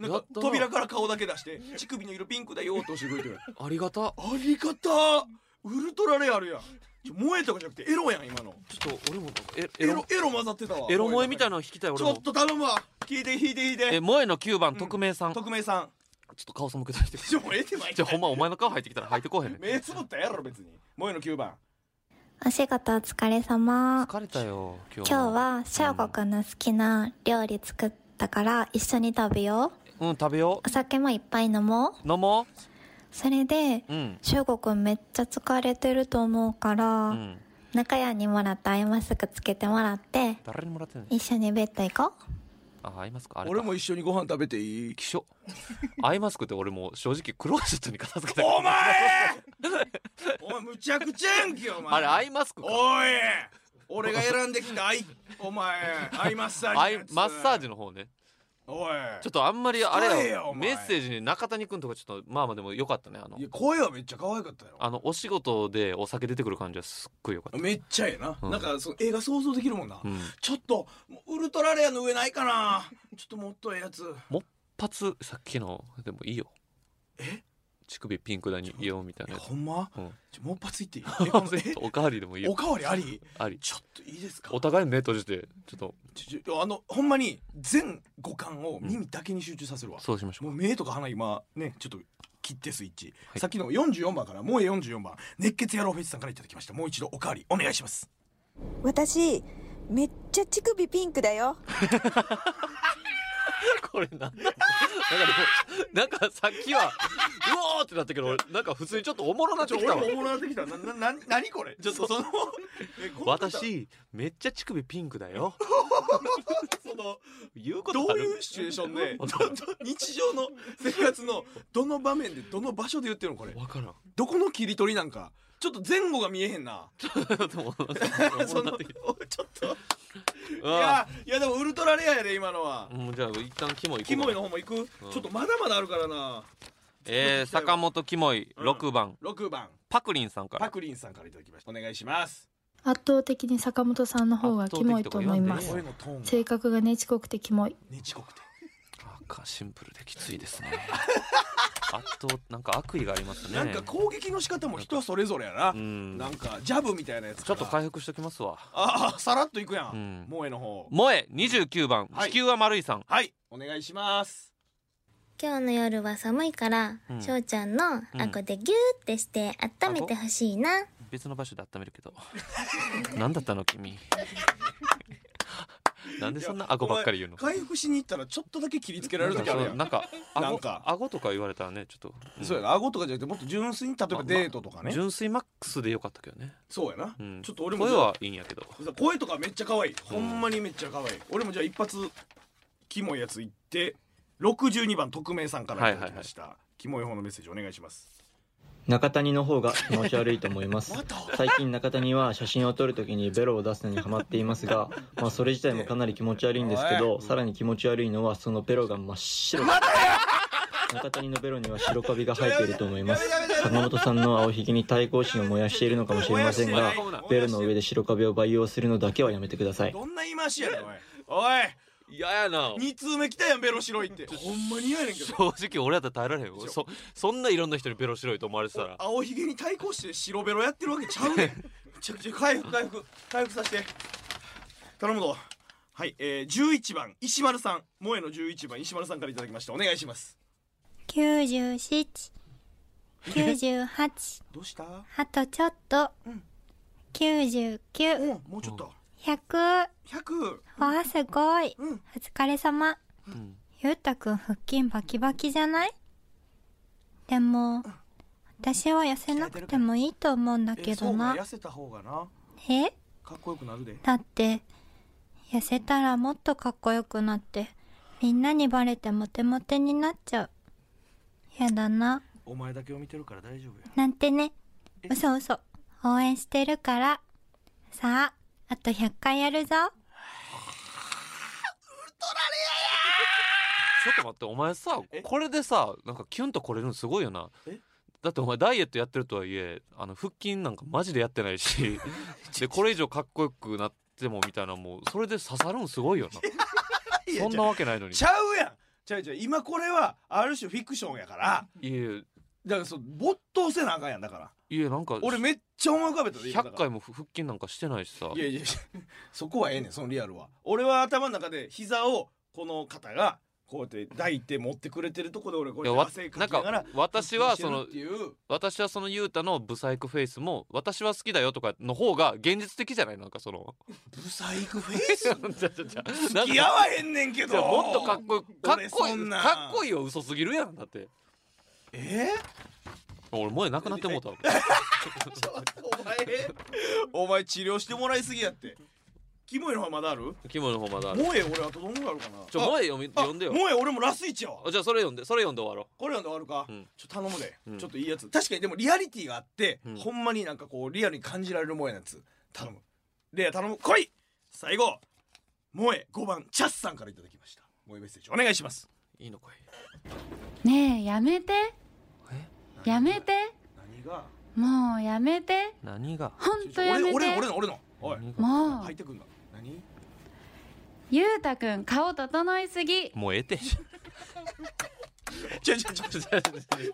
Speaker 1: なんか
Speaker 2: たな
Speaker 1: 扉から顔だけ出して乳首の色ピンクだよって教えてくれてる
Speaker 2: ありがた
Speaker 1: ありがたウルトラレアルやんちょ萌えとかじゃなくてエロやん今の
Speaker 2: ちょっと俺もえ
Speaker 1: エロエロ混ざってたわ
Speaker 2: エロ萌えみたいなの弾きたい
Speaker 1: ち
Speaker 2: 俺
Speaker 1: ょ
Speaker 2: も
Speaker 1: っと頼むわ聞いて引いて引いて
Speaker 2: え萌えの9番匿名さん、
Speaker 1: 匿名さん
Speaker 2: ちょっと顔背けといて
Speaker 1: ちょもうええてまい
Speaker 2: じゃあほんまお前の顔入ってきたら入ってこうへんねん
Speaker 1: 目つぶったらやろ別に萌えの9番
Speaker 5: お仕事お疲れ様。
Speaker 2: 疲れたよ今
Speaker 5: 今
Speaker 2: 日
Speaker 5: 日は翔吾くんの好きな料理作ったから一緒に食べよう。
Speaker 2: うん食べよ
Speaker 5: お酒もいっぱい飲もう。
Speaker 2: う飲も
Speaker 5: それで、
Speaker 2: ううん
Speaker 5: 翔吾くんめっちゃ疲れてると思うから、
Speaker 2: うん
Speaker 5: 中屋にもらったアイマスクつけてもらって、
Speaker 2: 誰にもらってない
Speaker 5: 一緒にベッド行こう。
Speaker 2: あアイマスクあれ
Speaker 1: 俺も一緒にご飯食べていい
Speaker 2: 気象 アイマスクって俺もう正直クローゼットに片付けた
Speaker 1: お前 お前むちゃくちゃやんけお前
Speaker 2: あれアイマスクか
Speaker 1: おい俺が選んできたアイお 前アイマッサージの
Speaker 2: ア
Speaker 1: や
Speaker 2: イ
Speaker 1: つ
Speaker 2: マッサージの方ね
Speaker 1: おい
Speaker 2: ちょっとあんまりあれ
Speaker 1: 使え
Speaker 2: や
Speaker 1: よお
Speaker 2: わ
Speaker 1: 前
Speaker 2: メッセージに中谷くんとかちょっとまあまあでもよかったねあの
Speaker 1: いや声はめっちゃ可愛かったよ
Speaker 2: あのお仕事でお酒出てくる感じはすっごいよかった
Speaker 1: めっちゃええな、
Speaker 2: うん
Speaker 1: なんかその映画想像できるもんな、
Speaker 2: うん
Speaker 1: ちょっともうウルトラレアの上ないかなちょっともっとええやつ
Speaker 2: もっぱつさっきのでもいいよ乳首ピンクだにいようみたいなやつ
Speaker 1: ほんま
Speaker 2: うん
Speaker 1: ちょもう一発い っていいえこのえ
Speaker 2: おかわりでもいいよ
Speaker 1: おかわりあり
Speaker 2: あり
Speaker 1: ちょっといいですか
Speaker 2: お互い目閉じてちょっと
Speaker 1: ちょちょあのほんまに全五感を耳だけに集中させるわ、
Speaker 2: そうしましょう
Speaker 1: もう目とか鼻今ねちょっと切ってスイッチ、さっきの44番からもう44番熱血野郎フェチさんからいただきましたもう一度おかわりお願いします
Speaker 19: 私めっちゃ乳首ピンクだよ
Speaker 2: これなんだなんかでもなんかさっきはうおーってなったけど俺なんか普通にちょっとおもろなってきたわ
Speaker 1: もらってきたななな何これちょっとそのえこんな
Speaker 2: 私めっちゃ乳首ピンクだよ
Speaker 1: その
Speaker 2: 言うこと
Speaker 1: ど
Speaker 2: あ
Speaker 1: う
Speaker 2: る
Speaker 1: いうシチュエーションでどど日常の生活のどの場面でどの場所で言ってるのこれ
Speaker 2: 分からん
Speaker 1: どこの切り取りなんかちょっと前後が見えへんなその
Speaker 2: い
Speaker 1: いやいやでもウルトラレアやで今のは
Speaker 2: もうじゃあ一旦キモい行こうか
Speaker 1: キモイの方も行く、ちょっとまだまだあるからな
Speaker 2: えー、坂本キモイ6番、
Speaker 1: 6番
Speaker 2: パクリンさんから
Speaker 1: パクリンさんからいただきましたお願いします
Speaker 20: 圧倒的に坂本さんの方がキモいと思います
Speaker 1: 声のトーンが
Speaker 20: 性格がねちこくてキモい
Speaker 1: ねちこくて
Speaker 2: 赤シンプルできついですね圧倒なんか悪意がありますね
Speaker 1: なんか攻撃の仕方も人それぞれやななんかジャブみたいなやつ
Speaker 2: ちょっと回復しときますわ
Speaker 1: ああさらっといくやん、
Speaker 2: うん
Speaker 1: 萌えの方
Speaker 2: 萌え29番、地球は丸いさん
Speaker 1: はいお願いします
Speaker 15: 今日の夜は寒いから、
Speaker 2: うん
Speaker 15: しょうちゃんの顎でギューってして温めてほしいな。
Speaker 2: 別の場所で温める けどなんだったの君なんでそんな顎ばっかり言うの
Speaker 1: お前回復しに行ったらちょっとだけ切りつけられる時あるやん
Speaker 2: なんかそう
Speaker 1: な
Speaker 2: なんん
Speaker 1: か
Speaker 2: か顎顎とか言われたらねちょっと、ん
Speaker 1: そうやな顎とかじゃなくてもっと純粋に例えばデートとかね、
Speaker 2: 純粋マックスでよかったけどね、
Speaker 1: そうやな、
Speaker 2: うん、
Speaker 1: ちょっと俺も
Speaker 2: 声はいいんやけど
Speaker 1: 声とかめっちゃ可愛いほんまにめっちゃ可愛い、俺もじゃあ一発キモいやつ言って62番匿名さんからいただきました、キモい方のメッセージお願いします
Speaker 21: 中谷の方が気持ち悪いと思います最近中谷は写真を撮るときにベロを出すのにハマっていますが、まあ、それ自体もかなり気持ち悪いんですけどさらに気持ち悪いのはそのベロが真っ白です中谷のベロには白カビが生えていると思い ます坂本さんの青ひげに対抗心を燃やしているのかもしれませんがベロの上で白カビを培養するのだけはやめてください
Speaker 1: どんな言い回しやねんおいおい
Speaker 2: 嫌やな
Speaker 1: 2通目来たやんベロ白いってほんまに嫌やねんけど
Speaker 2: 正直俺やったら耐えられへんよそそんないろんな人にベロ白いと思われてたら
Speaker 1: 青ひげに対抗して白ベロやってるわけちゃうねんめちゃくちゃ回復回復回復させて頼むぞはいえー、11番石丸さん萌えの11番石丸さんからいただきましたお願いします
Speaker 22: 97 98
Speaker 1: どうした
Speaker 22: あとちょっと、うん、99
Speaker 1: もうちょっと
Speaker 22: 100
Speaker 1: 100
Speaker 22: わあすごい、うん、お疲れ様、うん、ゆうたくん腹筋バキバキじゃないでも、私は痩せなくてもいいと思うんだけどな
Speaker 1: 痩せた方がな
Speaker 22: え
Speaker 1: かっこよくなるで
Speaker 22: だって痩せたらもっとかっこよくなってみんなにバレてモテモテになっちゃうやだな
Speaker 1: お前だけを見てるから大丈夫よ
Speaker 22: なんてね嘘嘘応援してるからさああと100回やるぞウルトラレアや
Speaker 2: ちょっと待ってお前さこれでさなんかキュンとこれるのすごいよなだってお前ダイエットやってるとはいえあの腹筋なんかマジでやってな いしでこれ以上かっこよくなってもみたいなもうそれで刺さるんすご いよなそんなわけないのに
Speaker 1: ちゃうやんちゃうちゃう今これはある種フィクションやから
Speaker 2: いえ
Speaker 1: だからそう没頭せなあかんやんだから
Speaker 2: いやなんか
Speaker 1: 俺めっちゃ思い浮かべたで
Speaker 2: 100回も腹筋なんかしてないしさ
Speaker 1: いやいやそこはええねんそのリアルは俺は頭の中で膝をこの方がこうやって抱いて持ってくれてるとこで俺こうやって汗かきながら
Speaker 2: 私はその私はその雄太のブサイクフェイスも私は好きだよとかの方が現実的じゃないなんかそ の
Speaker 1: ブサイクフェイ ス
Speaker 2: 付
Speaker 1: き合わへんねんけど
Speaker 2: もっとかっこよかっこいいかっこいいは嘘すぎるやんだって
Speaker 1: え
Speaker 2: 俺もうなくなってもうた
Speaker 1: お前お前治療してもらいすぎやってキモイの方まだある
Speaker 2: キモイの方まだある
Speaker 1: 萌え俺あとどんぐらいあるかな
Speaker 2: ちょ萌え読み読んでよ
Speaker 1: 萌え俺もラスイチや
Speaker 2: じゃあそれ読んでそれ読んで終わろ
Speaker 1: うこれ読んで終わるか、うん、ちょっと頼むで、うん、ちょっといいやつ確かにでもリアリティがあって、うん、ほんまになんかこうリアルに感じられる萌えのやつ頼むレア頼む来い最後萌え5番チャスさんからいただきました萌えメッセージお願いします
Speaker 2: いいのか
Speaker 23: いねえやめてやめてもうやめて
Speaker 2: 何が
Speaker 23: ほんとやめて
Speaker 1: 俺の俺の俺のおい
Speaker 23: もう
Speaker 1: 入ってくんだ何
Speaker 23: ゆうたくん顔整いすぎ
Speaker 2: もうええて
Speaker 1: ちょちょちょちょ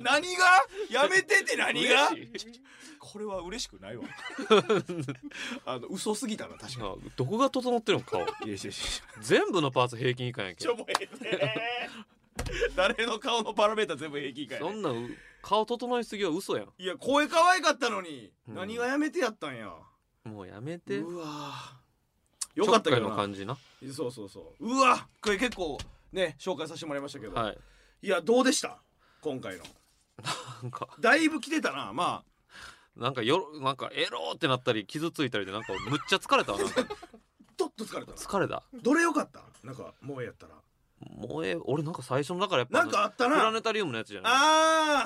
Speaker 1: 何がやめてって何がこれは嬉しくないわあの嘘すぎたな確かに
Speaker 2: どこが整ってるの顔全部のパーツ平均以下やけど
Speaker 1: 誰の顔のパラメータ全部平均以下
Speaker 2: そんな顔整いすぎは嘘やん
Speaker 1: いや声可愛かったのに、うん、何がやめてやったんや
Speaker 2: もうやめて
Speaker 1: うわよかったけど
Speaker 2: な感じな
Speaker 1: そうそうそううわこれ結構ね紹介させてもらいましたけど、
Speaker 2: はい、
Speaker 1: いやどうでした今回の
Speaker 2: なんか
Speaker 1: だいぶ来てたなまあ
Speaker 2: なんかよなんかエロってなったり傷ついたりでなんかむっちゃ疲れたなんか
Speaker 1: ちょっと疲れた
Speaker 2: 疲れた
Speaker 1: どれよかったなんかもうやったら
Speaker 2: もうえ俺なんか最初のだからやっぱ
Speaker 1: なんかあったな
Speaker 2: プラネタリウムのやつじゃない
Speaker 1: あ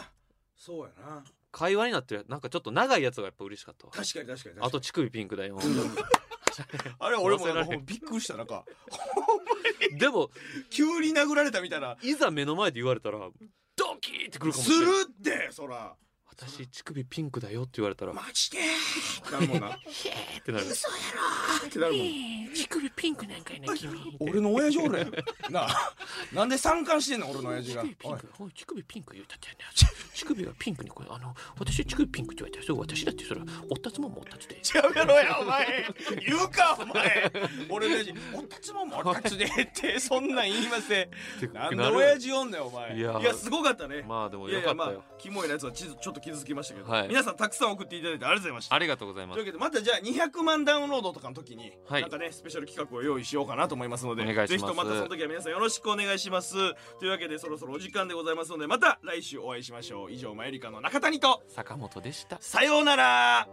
Speaker 1: あそうやな
Speaker 2: 会話になってるなんかちょっと長いやつがやっぱ嬉しかったわ
Speaker 1: 確かに確かに
Speaker 2: あと乳首ピンクだよ
Speaker 1: あれ俺もびっくりしたなんか
Speaker 2: でも
Speaker 1: 急に殴られたみたいない
Speaker 2: ざ目の前で言われたらドキーってくるかも
Speaker 1: するってそら
Speaker 2: 私乳首ピンクだよって言われたら
Speaker 1: マジでなるもんな
Speaker 2: へえってなる
Speaker 1: 嘘やろってなるも
Speaker 2: ん乳首ピンクなんかいな君
Speaker 1: 俺の親父俺 なあなんで参観してんの俺の親父が
Speaker 2: 乳首ピンク言うたってね乳首がピンクにこれあの私乳首ピンクって言われたらそう私だってそれおったつもんもおったつで
Speaker 1: やめろやお前言うかお前俺の親父おったつもんもおったつでってそんなん言いませんなんで親父おんねんお前いやすごかったね
Speaker 2: まあでもよかったよ、ま
Speaker 1: あ、キモいなやつはちょっと傷つきましたけど、
Speaker 2: はい、
Speaker 1: 皆さんたくさん送っていただいてありがとうございました
Speaker 2: ありがとうございます
Speaker 1: というわけでまたじゃあ200万ダウンロードとかの時に、
Speaker 2: はい、
Speaker 1: なんかねスペシャル企画を用意しようかなと思いますので
Speaker 2: お願いします
Speaker 1: ぜひとまたその時は皆さんよろしくお願いしますというわけでそろそろお時間でございますのでまた来週お会いしましょう以上マユリカの中谷と
Speaker 2: 坂本でした
Speaker 1: さようなら